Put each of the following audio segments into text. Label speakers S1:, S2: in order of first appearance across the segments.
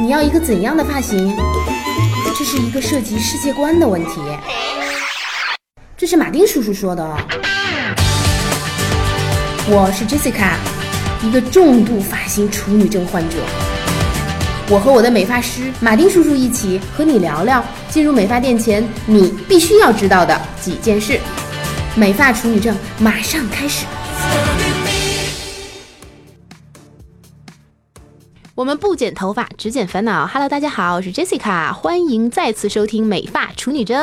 S1: 你要一个怎样的发型？这是一个涉及世界观的问题。这是马丁叔叔说的哦。我是 Jessica，一个重度发型处女症患者。我和我的美发师马丁叔叔一起和你聊聊进入美发店前你必须要知道的几件事。美发处女症马上开始。
S2: 我们不剪头发，只剪烦恼。Hello，大家好，我是 Jessica，欢迎再次收听《美发处女症》。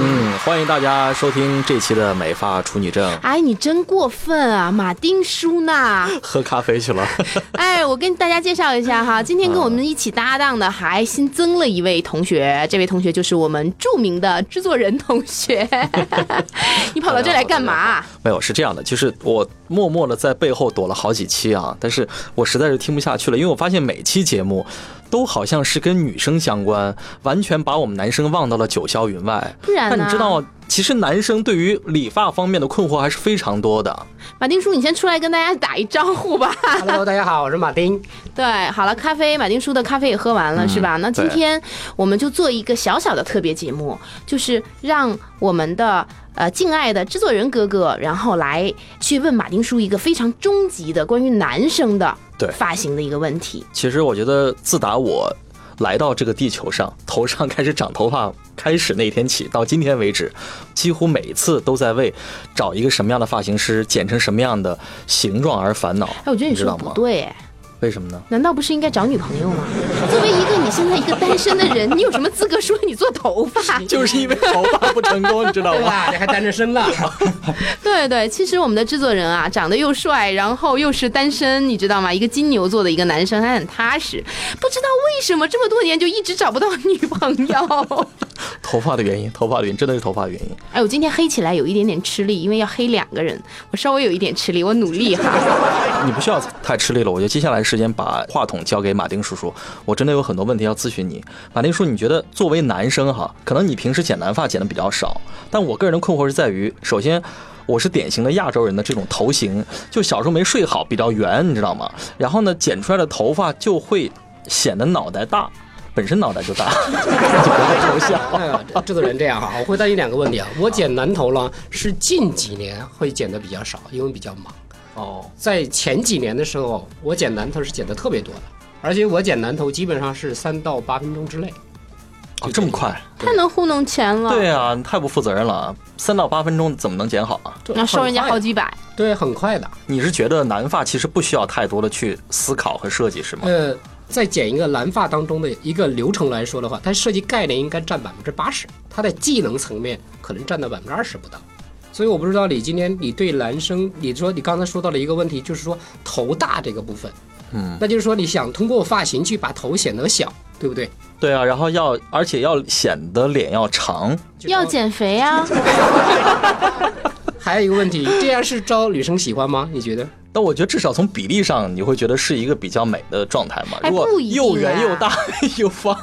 S3: 嗯，欢迎大家收听这期的《美发处女 症》。
S2: 哎，你真过分啊，马丁叔 呢？
S3: 喝咖啡去了。
S2: 哎，我跟大家介绍一下 哈，今天跟我们一起搭档的还新增了一位同学，这位同学就是我们著名的制作人同学。你跑到这来干嘛？
S3: 没有，是这样的，就是我默默的在背后躲了好几期啊，但是我实在是听不下去了，因为我发现每期节目都好像是跟女生相关，完全把我们男生忘到了九霄云外。
S2: 不然呢
S3: 但你知道，其实男生对于理发方面的困惑还是非常多的。
S2: 马丁叔，你先出来跟大家打一招呼 吧。
S4: Hello，大家好，我是马 丁。
S2: 对，好了，咖啡，马丁叔的咖啡也喝完了，是吧？嗯那今
S3: 对
S2: 天我们就做一个小小的特别节目，就是让我们的呃敬爱的制作人哥哥，然后来去问马丁叔一个非常终极的关于男生的
S3: 对
S2: 发型的一个问题。
S3: 其实我觉得，自打我来到这个地球上，头上开始长头发开始那天起，到今天为止，几乎每一次都在为找一个什么样的发型师，剪成什么样的形状而烦恼。
S2: 哎，我觉得你
S3: 知
S2: 说的
S3: 道
S2: 不
S3: 吗？
S2: 对，哎，
S3: 为什么呢？
S2: 难道不是应该找女朋友吗？作为一个你现在一个单身的人， 你有什么资格说你做头发？
S3: 就是因为头发不成功，你知道
S4: 对
S3: 吗？
S4: 吧？你还单着身了？
S2: 对对，其实我们的制作人啊，长得又帅，然后又是单身，你知道吗？一个金牛座的一个男生，还很踏实。不知道为什么这么多年就一直找不到女朋友。
S3: 头发的原因，头发的原因，真的是头发的原因。
S2: 哎，我今天黑起来有一点点吃力，因为要黑两个人，我稍微有一点吃力，我努力 哈。
S3: 你不需要太吃力了，我觉得接下来时间把话筒交给马丁叔叔，我真的有很多问题要咨询你。马丁叔，你觉得作为男生哈，可能你平时剪男发剪的比较少，但我个人的困惑是在于，首先。我是典型的亚洲人的这种头型，就小时候没睡好，比较圆，你知道吗？然后呢，剪出来的头发就会显得脑袋大，本身脑袋就大，就不太头像。
S4: 嗯制作人这样哈，我回答你两个问题啊。我剪男头呢，是近几年会剪的比较少，因为比较忙。
S3: 哦，
S4: 在前几年的时候，我剪男头是剪的特别多的，而且我剪男头基本上是三到八分钟之内。
S3: 哦，这么快？
S2: 太能糊弄钱了，
S3: 对啊，你太不负责任了啊，三到八分钟怎么能剪好啊？
S2: 那收人家好几百。
S4: 对，很快的。
S3: 你是觉得男发其实不需要太多的去思考和设计是吗？
S4: 呃，在剪一个蓝发当中的一个流程来说的话，它设计概念应该占百分之八十，它的技能层面可能占到百分之二十不到。所以我不知道你今天你对男生，你说你刚才说到了一个问题，就是说头大这个部分，
S3: 嗯，
S4: 那就是说你想通过发型去把头显得小，对不对？
S3: 对啊，然后要而且要显得脸要长，
S2: 要减肥啊！
S4: 还有一个问题，这样是招女生喜欢吗？你觉得？
S3: 但我觉得至少从比例上，你会觉得是一个比较美的状态嘛。
S2: 哎
S3: 如果
S2: 不一定
S3: 又圆又大 又方，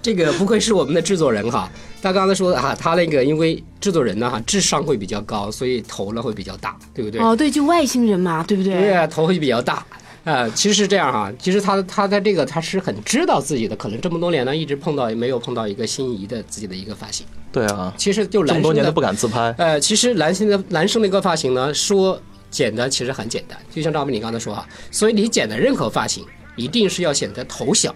S4: 这个不愧是我们的制作人哈，他刚才说的哈，他那个因为制作人呢哈智商会比较高，所以头呢会比较大，对不对？
S2: 哦，对，就外星人嘛，对不对？
S4: 对啊，头会比较大。呃，其实是这样哈、其实他他在这个他是很知道自己的，可能这么多年呢一直碰到没有碰到一个心仪的自己的一个发型。
S3: 对啊，
S4: 其实 就
S3: 这
S4: 男
S3: 么多
S4: 生
S3: 年都
S4: 的
S3: 不敢自拍。
S4: 呃，其实男生的男生的一个发型呢，说简单其实很简单，就像赵斌你刚才说哈、所以你剪的任何发型一定是要显得头小，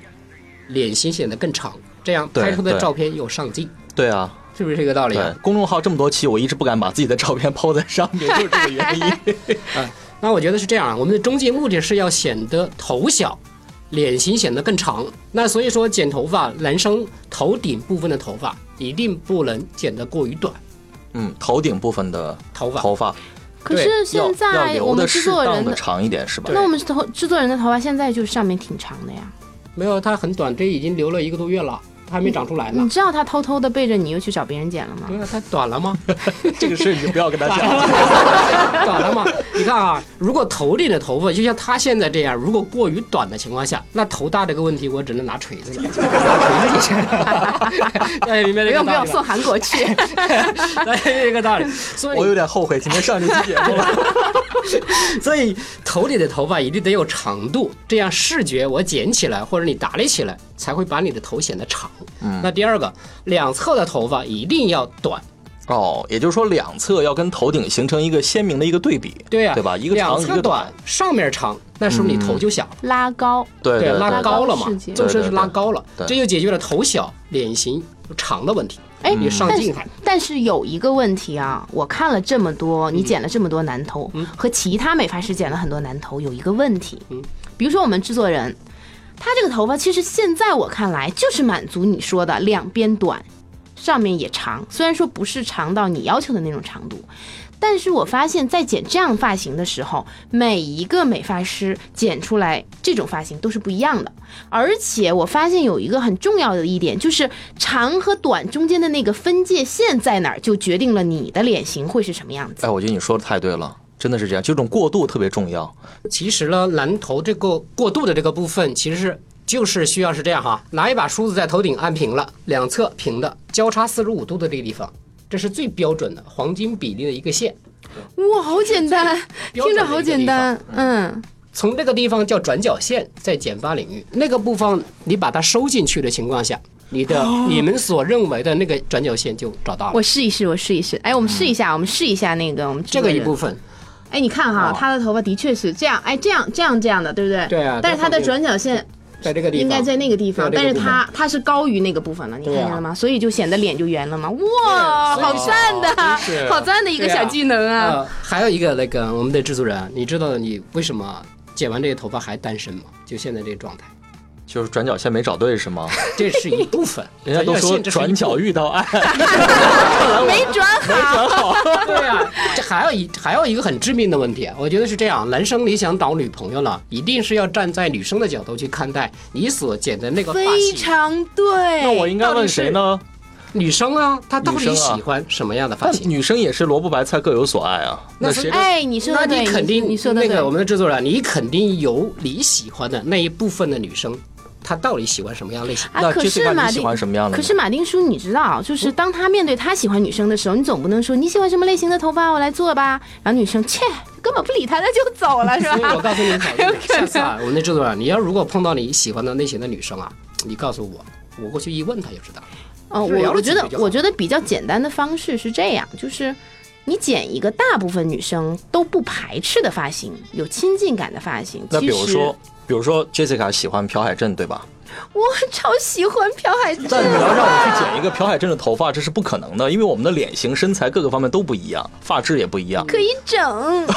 S4: 脸型显得更长，这样
S3: 对
S4: 拍出的
S3: 对
S4: 照片有上镜，
S3: 对啊，
S4: 是不是这个道理、啊？
S3: 对，公众号这么多期，我一直不敢把自己的照片抛在上 面，就是这个原因。
S4: 那我觉得是这样啊，我们的终极目的是要显得头小，脸型显得更长。那所以说剪头发，男生头顶部分的头发一定不能剪得过于短，
S3: 嗯，头顶部分的
S4: 头发
S3: 头发
S2: 可是
S4: 对
S2: 现
S3: 要
S2: 在我
S3: 留
S2: 们
S3: 的
S2: 制
S3: 适
S2: 作
S3: 当
S2: 人
S3: 的长一点是吧？
S2: 那我们头制作人的头发现在就是上面挺长的呀。
S4: 没有它很短，这已经留了一个多月了，它还没长出来呢
S2: 你。知道他偷偷的背着你又去找别人剪了吗？
S4: 对啊，它短了吗？
S3: 这个事你就不要跟他讲了。
S4: 短了吗？你看啊，如果头顶的头发就像他现在这样，如果过于短的情况下，那头大这个问题我只能拿锤子了，拿锤子 一下。大哎家明白
S2: 不
S4: 这个
S2: 用不
S4: 道
S2: 用
S4: 理
S2: 送
S4: 吧？
S2: 韩国去，
S4: 大家明白这个道理。所以
S3: 我有点后悔今天上这期节目 了。
S4: 所以头里的头发一定得有长度，这样视觉我剪起来或者你打理起来，才会把你的头显得长。嗯、那第二个，两侧的头发一定要短。
S3: 哦，也就是说两侧要跟头顶形成一个鲜明的一个对比，
S4: 对
S2: 啊
S4: 呀、
S3: 对吧？一个长
S4: 两
S3: 一
S4: 侧
S3: 个嗯
S4: 短，，上面长，那时候你头就小了，
S2: 拉高。
S3: 对对，
S4: 拉
S3: 对
S4: 高了嘛
S2: 世界，
S4: 纵深是拉高了，
S3: 对对
S4: 这就解决了头小脸型长的问题。
S2: 哎
S4: 你上
S2: 但
S4: 镜
S2: 是
S4: 看，
S2: 但是有一个问题啊，我看了这么多，你剪了这么多男头，和其他美发师剪了很多男头，有一个问题，
S4: 嗯
S2: 比如说我们制作人，他这个头发其实现在我看来就是满足你说的两边短，上面也长，虽然说不是长到你要求的那种长度。但是我发现，在剪这样发型的时候，每一个美发师剪出来这种发型都是不一样的。而且我发现有一个很重要的一点，就是长和短中间的那个分界线在哪儿，就决定了你的脸型会是什么样子。
S3: 哎，我觉得你说的太对了，真的是这样，就这种过渡特别重要。
S4: 其实呢，蓝头这个过渡的这个部分，其实是就是需要是这样哈，拿一把梳子在头顶按平了，两侧平的，交叉四十五度的这个地方，这是最标准的黄金比例的一个线。
S2: 哇，好简单，
S4: 标准的一个地方听着好简单，
S2: 嗯，
S4: 从这个地方叫转角线，在减法领域那个部分，你把它收进去的情况下，你的、你们所认为的那个转角线就找到了。
S2: 哦我试一试，我试一试。哎，我们试一下，我们试一下那个我们制
S4: 这
S2: 作
S4: 个
S2: 人
S4: 一部分，
S2: 哎，你看哈，他的头发的确是这样，哎，这样这样这样的，对不对？
S4: 对啊
S2: 但是他的
S4: 在旁
S2: 转角线
S4: 在这个地方
S2: 应该在那个地方，
S4: 在
S2: 但
S4: 这个
S2: 是
S4: 部分
S2: 他他是高于那个部分了，你看
S4: 对啊
S2: 见了吗？所以就显得脸就圆了嘛。哇，
S4: 对所
S2: 好
S4: 以
S2: 赞的，好赞的一个小技能啊！
S4: 呃，还有一个那个我们的制作人啊，你知道你为什么剪完这个头发还单身吗？就现在这个状态，
S3: 就是转角线没找对是吗？
S4: 这是一部分。
S3: 人家都说
S4: 转角线这是
S3: 转角遇
S4: 一部哎分
S3: 到爱，
S2: 没转好，
S4: 对啊，这还有一还有一个很致命的问题，啊我觉得是这样：男生你想找女朋友了，一定是要站在女生的角度去看待你所剪的那个发
S2: 非
S4: 型。
S2: 常对。
S3: 那我应该问谁呢？
S4: 女生啊，她到
S3: 女
S4: 底
S3: 生啊
S4: 喜欢什么样的发
S3: 但
S4: 型？
S3: 女生也是萝卜白菜各有所爱啊。那
S4: 那是
S3: 谁
S2: 哎，你说
S4: 那
S2: 的对，
S4: 你肯定
S2: 你说的
S4: 那
S2: 对
S4: 个我。们的制作人，你肯定有你喜欢的那一部分的女生，她到底喜欢什么样类型？
S2: 啊，
S3: 那
S2: 可
S3: Jessica，
S2: 是
S3: 你
S2: 马
S3: 喜
S2: 丁
S3: 欢什么样的呢
S2: 可是马丁叔，你知道，就是当他面对他喜欢女生的时候，你总不能说你喜欢什么类型的头发，啊我来做吧。然后女生切，根本不理他，他就走 了，是
S4: 所以
S2: 吧？
S4: 我告诉你，好
S2: 有可能
S4: 下次啊，我们的制作人，你要如果碰到你喜欢的类型的女生啊，你告诉我，我过去一问她就知道了。
S2: 哦，
S4: 就是聊
S2: 我
S4: 了
S2: 我
S4: 几
S2: 觉得
S4: 句就好
S2: 我觉得比较简单的方式是这样，就是你剪一个大部分女生都不排斥的发型，有亲近感的发型。
S3: 那比如
S2: 其实
S3: 说，比如说 Jessica 喜欢朴海镇，对吧？
S2: 我超喜欢朴海镇，
S3: 但你要让我去剪一个朴海镇的头发，这是不可能的，因为我们的脸型、身材各个方面都不一样，发质也不一样。
S2: 可以整。
S4: 不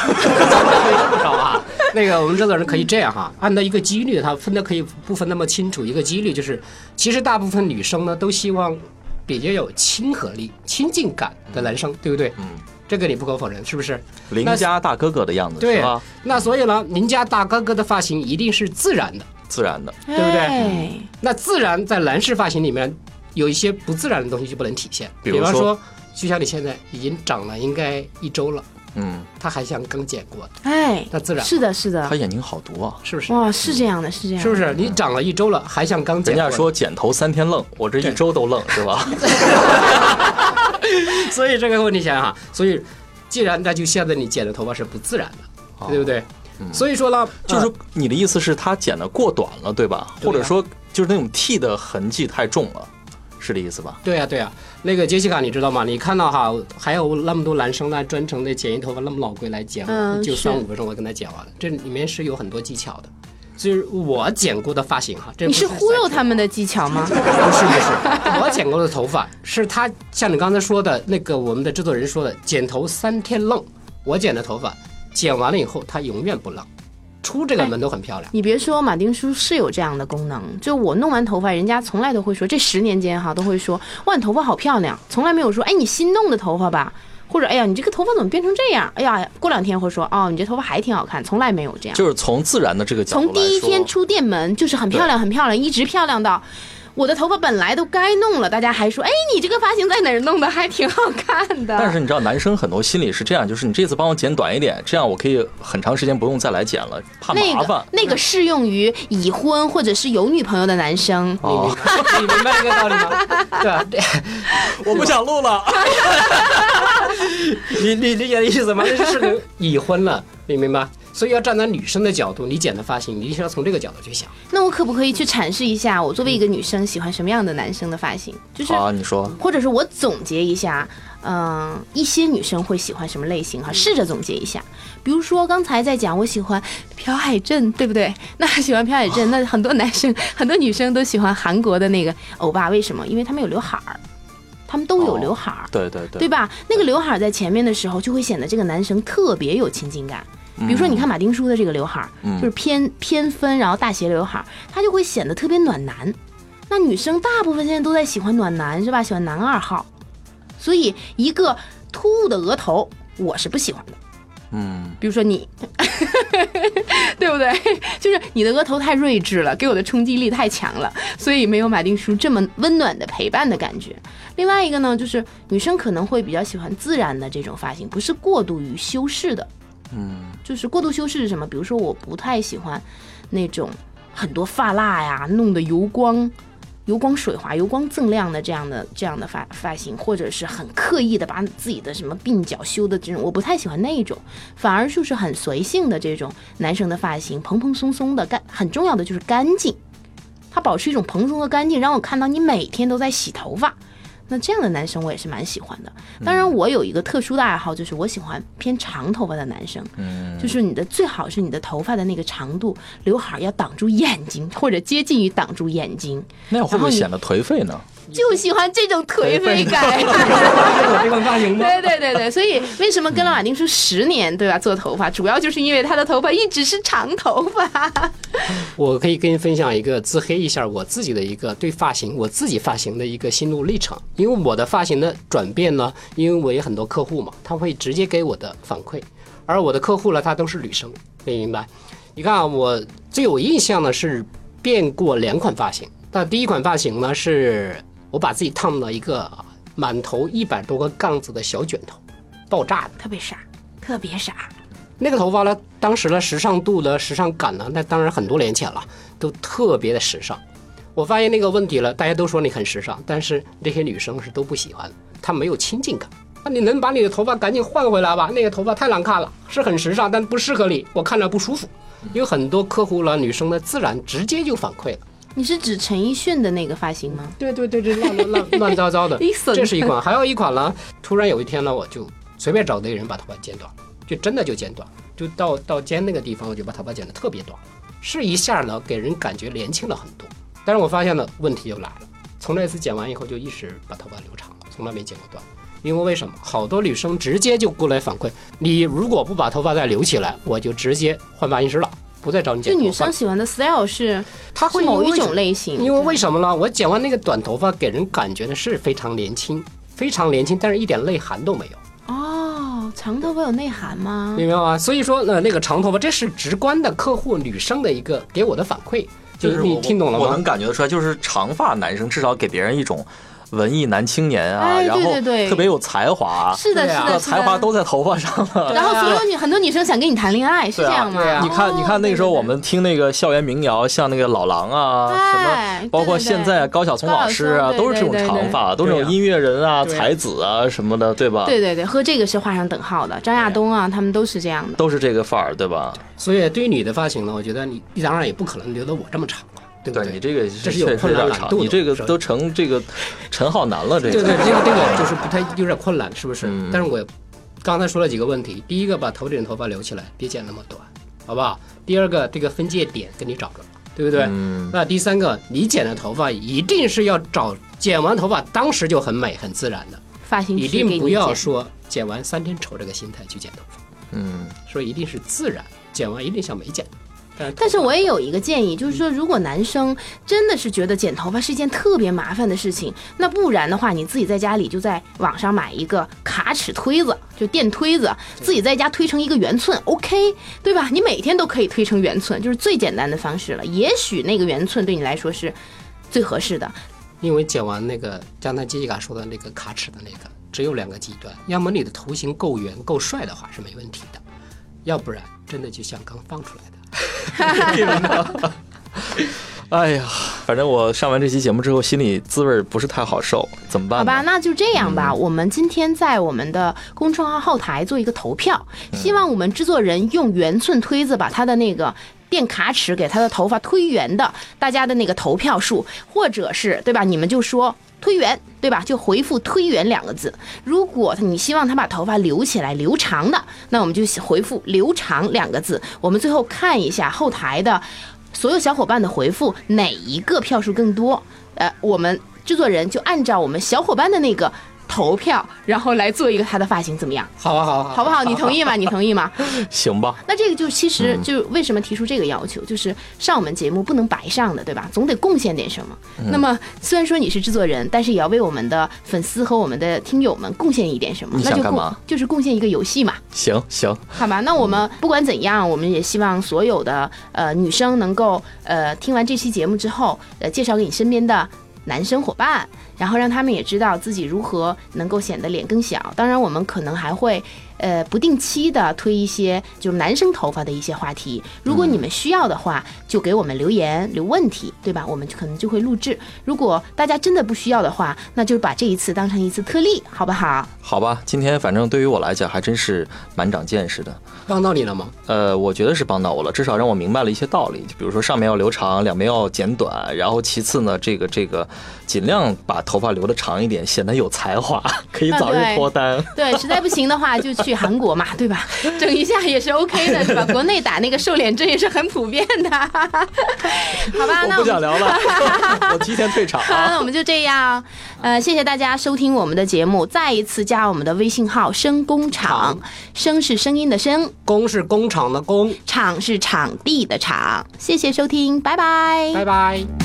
S4: 少 啊。那个我们制作人可以这样哈，按照一个几率，它分的可以不分那么清楚。一个几率就是，其实大部分女生呢都希望比较有亲和力、亲近感的男生，对不对？嗯，这个你不可否认，是不是？
S3: 邻家大哥哥的样子
S4: 对
S3: 是吧？，
S4: 那所以呢，您家大哥哥的发型一定是自然的。
S3: 自然的，
S2: 对
S4: 不对
S2: 对？
S4: 那自然在男士发型里面有一些不自然的东西就不能体现，
S3: 比
S4: 比
S3: 如说
S4: 方说，就像你现在已经长了应该一周了，
S3: 嗯，
S4: 他还像刚剪过的，
S2: 哎，
S4: 那自然
S2: 是的，是的
S3: 他。眼睛好毒啊！
S4: 是不是？
S2: 哇，是这样的，是这样的，
S4: 是不是？你长了一周了，还像
S3: 嗯
S4: 刚
S3: 人
S4: 剪过的？
S3: 家说剪头三天愣，我这一周都愣是吧？
S4: 所以这个问题想想哈，所以既然那就现在你剪的头发是不自然的，对不对？所以说呢，
S3: 就是
S4: 呃
S3: 你的意思是他剪的过短了，对吧？
S4: 对啊
S3: 或者说就是那种剃的痕迹太重了，是这意思吧？
S4: 对呀、对呀、那个杰西卡，你知道吗？你看到哈，还有那么多男生呢，专程的剪一头发那么老贵来剪我，
S2: 嗯
S4: 就是三五分钟我跟他剪完了，这里面是有很多技巧的。就是我剪过的发型哈，这
S2: 你
S4: 不
S2: 是忽悠
S4: 在
S2: 他们的技巧吗？
S4: 不是不是，我剪过的头发是他像你刚才说的那个，我们的制作人说的，剪头三天愣。我剪的头发，剪完了以后他永远不愣，出
S2: 哎
S4: 这个门都很漂亮。
S2: 你别说，马丁叔是有这样的功能。就我弄完头发，人家从来都会说，这十年间哈都会说，哇，你头发好漂亮，从来没有说，哎，你新弄的头发吧，或者哎呀，你这个头发怎么变成这样？哎呀，过两天会说，哦，你这头发还挺好看，从来没有这样。
S3: 就是从自然的这个角度来
S2: 从
S3: 说，
S2: 第一天出店门就是很漂亮，很漂亮，一直漂亮到。我的头发本来都该弄了，大家还说，哎，你这个发型在哪儿弄的，还挺好看的。
S3: 但是你知道，男生很多心里是这样，就是你这次帮我剪短一点，这样我可以很长时间不用再来剪了，怕
S2: 那
S3: 麻
S2: 个
S3: 烦。
S2: 那个适用于已婚或者是有女朋友的男生。
S3: 哦，
S4: 你 明白这个道理吗？对吧？
S3: 我不想录 了。
S4: 你你理解的意思吗？这是个已婚了，你明白？所以要站在女生的角度，你剪的发型，你是要从这个角度去想。
S2: 那我可不可以去阐释一下，我作为一个女生喜欢什么样的男生的发型？就是
S3: 好啊，你说，
S2: 或者是我总结一下，嗯、一些女生会喜欢什么类型哈，试着总结一下。比如说刚才在讲我喜欢朴海镇，对不对？ 那喜欢朴海镇，
S3: 哦
S2: 那很多男生、 很多女生都喜欢韩国的那个欧巴，为什么？因为他们有刘海儿，他们都有
S3: 哦
S2: 刘海儿。
S3: 对对
S2: 对
S3: 对，
S2: 吧？那个刘海儿在前面的时候，就会显得这个男生特别有亲近感。比如说，你看马丁叔的这个刘海儿，
S3: 嗯
S2: 就是偏偏分，然后大斜刘海儿，他就会显得特别暖男。那女生大部分现在都在喜欢暖男，是吧？喜欢男二号，所以一个突兀的额头，我是不喜欢的。
S3: 嗯，
S2: 比如说你， 对不对？就是你的额头太睿智了，给我的冲击力太强了，所以没有马丁叔这么温暖的陪伴的感觉。另外一个呢，就是女生可能会比较喜欢自然的这种发型，不是过度于修饰的。嗯，就是过度修饰是什么？比如说，我不太喜欢那种很多发蜡呀，弄得油光。油光水滑、油光锃亮的这样的这样的发发型，或者是很刻意的把自己的什么鬓角修的这种，我不太喜欢那一种，反而就是很随性的这种男生的发型，蓬蓬松松的干。很重要的就是干净，他保持一种蓬松和干净，让我看到你每天都在洗头发。那这样的男生我也是蛮喜欢的。当然，我有一个特殊的爱好，就是我喜欢偏长头发的男生。嗯，就是你的最好是你的头发的那个长度，刘海儿要挡住眼睛，或者接近于挡住眼睛。
S3: 那样会不
S2: 然后
S3: 会
S2: 你
S3: 显得颓废呢？
S2: 就喜欢这种颓废感。
S4: 有这款发型吗？
S2: 对对对对，所以为什么跟老马丁说十年对吧？做头发主要就是因为他的头发一直是长头发。
S4: 我可以跟您分享一个自黑一下我自己的一个对发型，我自己发型的一个心路历程。因为我的发型的转变呢，因为我也很多客户嘛，他会直接给我的反馈，而我的客户呢，他都是女生，你明白？你看啊，我最有印象的是变过两款发型。那第一款发型呢，是我把自己烫了一个满头一百多个杠子的小卷头，爆炸的。
S2: 特别傻，特别傻。
S4: 那个头发呢，当时的时尚度的时尚感呢，那当然很多年前了，都特别的时尚。我发现那个问题了，大家都说你很时尚，但是这些女生是都不喜欢，她没有亲近感。那你能把你的头发赶紧换回来吧？那个头发太难看了，是很时尚，但不适合你，我看着不舒服。有很多客户了，女生呢自然直接就反馈了。
S2: 你是指陈奕迅的那个发型吗？
S4: 对对对，这乱乱乱乱糟糟的
S2: 一怂，
S4: 这是一款，还有一款呢。突然有一天呢，我就随便找的一个人把头发剪短，就真的就剪短，就到到肩那个地方，我就把头发剪得特别短，是一下呢，给人感觉年轻了很多。但是我发现呢，问题就来了，从那次剪完以后，就一直把头发留长了，从来没剪过短。因为为什么？好多女生直接就过来反馈，你如果不把头发再留起来，我就直接换发型师了，不再找你剪
S2: 就
S4: 头发了。
S2: 女生喜欢的 style 是
S4: 她会
S2: 是某
S4: 因
S2: 一
S4: 为什
S2: 种类型，
S4: 因为为什么呢？我剪完那个短头发，给人感觉的是非常年轻，非常年轻，但是一点内涵都没有，
S2: 哦，长头发有内涵
S3: 嗯
S2: 吗？
S4: 明白吗？所以说，呃，那个长头发，这是直观的客户女生的一个给我的反馈，
S3: 就是
S4: 你
S3: 我
S4: 听懂了
S3: 我能
S4: 吗？
S3: 感觉得出来，就是长发男生至少给别人一种文艺男青年啊，
S2: 哎对
S3: 然后
S2: 对对
S3: 特别有才华，
S2: 是的，是
S4: 对啊
S2: 的，是的
S3: 才华。都在头发上了。
S2: 然后所有女很多女生想跟你谈恋爱，是
S3: 对
S2: 这
S3: 啊
S2: 样吗
S4: 对？啊
S2: 哦
S3: 你看，你看那个时候我们听那个校园民谣，像那个老狼啊，
S2: 哎
S3: 什么，包括
S2: 对对对
S3: 现在高晓松老师啊，
S2: 高晓松
S3: 都是这种
S2: 对对对
S3: 长发，都是
S4: 对
S3: 这种音乐人啊、
S4: 对啊
S3: 才子啊什么的，对吧？
S2: 对对对，和这个是画上等号的。张亚东啊，他们都是这样的。
S3: 都是这个范儿，对吧？
S4: 所以对于你的发型呢，我觉得你当然也不可能留得我这么长了，对不
S3: 对你这个是
S4: 这是有
S3: 确实
S4: 困
S3: 有
S4: 难
S3: 点
S4: 难
S3: 长，
S4: 度的
S3: 你这个
S4: 是吧
S3: 都成这个陈浩南了，这
S4: 对
S3: 个
S4: 对，这个这个就是不太有点困难，是不是？
S3: 嗯
S4: 但是我刚才说了几个问题，第一个把头顶头发留起来，别剪那么短，好不好？第二个，这个分界点给你找着了，对不对？
S3: 嗯
S4: 那第三个，你剪的头发一定是要找剪完头发当时就很美很自然的，
S2: 发型
S4: 一
S2: 师给
S4: 定
S2: 你
S4: 不要
S2: 剪
S4: 说剪完三天瞅这个心态去剪头发，
S3: 嗯，
S4: 说一定是自然，剪完一定像没剪。但
S2: 但是我也有一个建议，就是说，如果男生真的是觉得剪头发是一件特别麻烦的事情，那不然的话，你自己在家里就在网上买一个卡尺推子，就电推子，自己在家推成一个圆寸，OK，对吧？你每天都可以推成圆寸，就是最简单的方式了。也许那个圆寸对你来说是。最合适的。
S4: 因为剪完那个刚才杰西卡说的那个卡尺的那个，只有两个极端，要么你的头型够圆够帅的话是没问题的，要不然真的就像刚放出来的。
S3: 哎呀，反正我上完这期节目之后，心里滋味儿不是太好受，怎么办？
S2: 好吧，
S3: 呢？
S2: 那就这样吧。我们今天在我们的公众号后台做一个投票，希望我们制作人用圆寸推子把他的那个。电卡尺给他的头发推圆的，大家的那个投票数，或者是对吧？你们就说推圆，对吧？就回复“推圆”两个字。如果你希望他把头发留起来、留长的，那我们就回复“留长”两个字。我们最后看一下后台的所有小伙伴的回复哪一个票数更多，呃，我们制作人就按照我们小伙伴的那个投票，然后来做一个他的发型，怎么样？
S4: 好啊，好啊，好啊
S2: 好不好？你同 意吗？你同意吗？
S3: 行吧，
S2: 那这个就其
S3: 嗯
S2: 实就为什么提出这个要求，就是上我们节目不能白上的，对吧？总得贡献点什么。
S3: 嗯
S2: 那么虽然说你是制作人，但是也要为我们的粉丝和我们的听友们贡献一点什么。
S3: 你
S2: 那
S3: 想
S2: 就
S3: 干
S2: 贡
S3: 嘛
S2: 就是贡献一个游戏嘛。
S3: 行行，
S2: 好吧，那我们不管怎样，我们也希望所有的呃女生能够呃听完这期节目之后，呃介绍给你身边的男生伙伴，然后让他们也知道自己如何能够显得脸更小。当然，我们可能还会呃不定期的推一些就是男生头发的一些话题。如果你们需要的话，就给我们留言留问题，对吧？我们就可能就会录制。如果大家真的不需要的话，那就把这一次当成一次特例，好不好？
S3: 好吧，今天反正对于我来讲还真是蛮长见识的。
S4: 帮到你了吗？
S3: 呃，我觉得是帮到我了，至少让我明白了一些道理。就比如说上面要留长，两边要剪短，然后其次呢，这个这个尽量把头发留得长一点，显得有才华，可以
S2: 啊
S3: 早日
S2: 对
S3: 脱单。
S2: 对，实在不行的话就去韩国嘛， 对吧？整一下也是 OK 的，对吧？国内打那个瘦脸针也是很普遍的， 好吧？啊那
S3: 我不
S2: 我
S3: 想
S2: 们。
S3: 聊 了，我提前退场
S2: 好，
S3: 啊。
S2: 那我们就这样，呃，谢谢大家收听我们的节目，再一次加我们的微信号“声工厂”，声是声音的声，
S4: 工 是工厂的工，
S2: 场是场地的场，谢谢收听，拜拜
S4: 拜拜。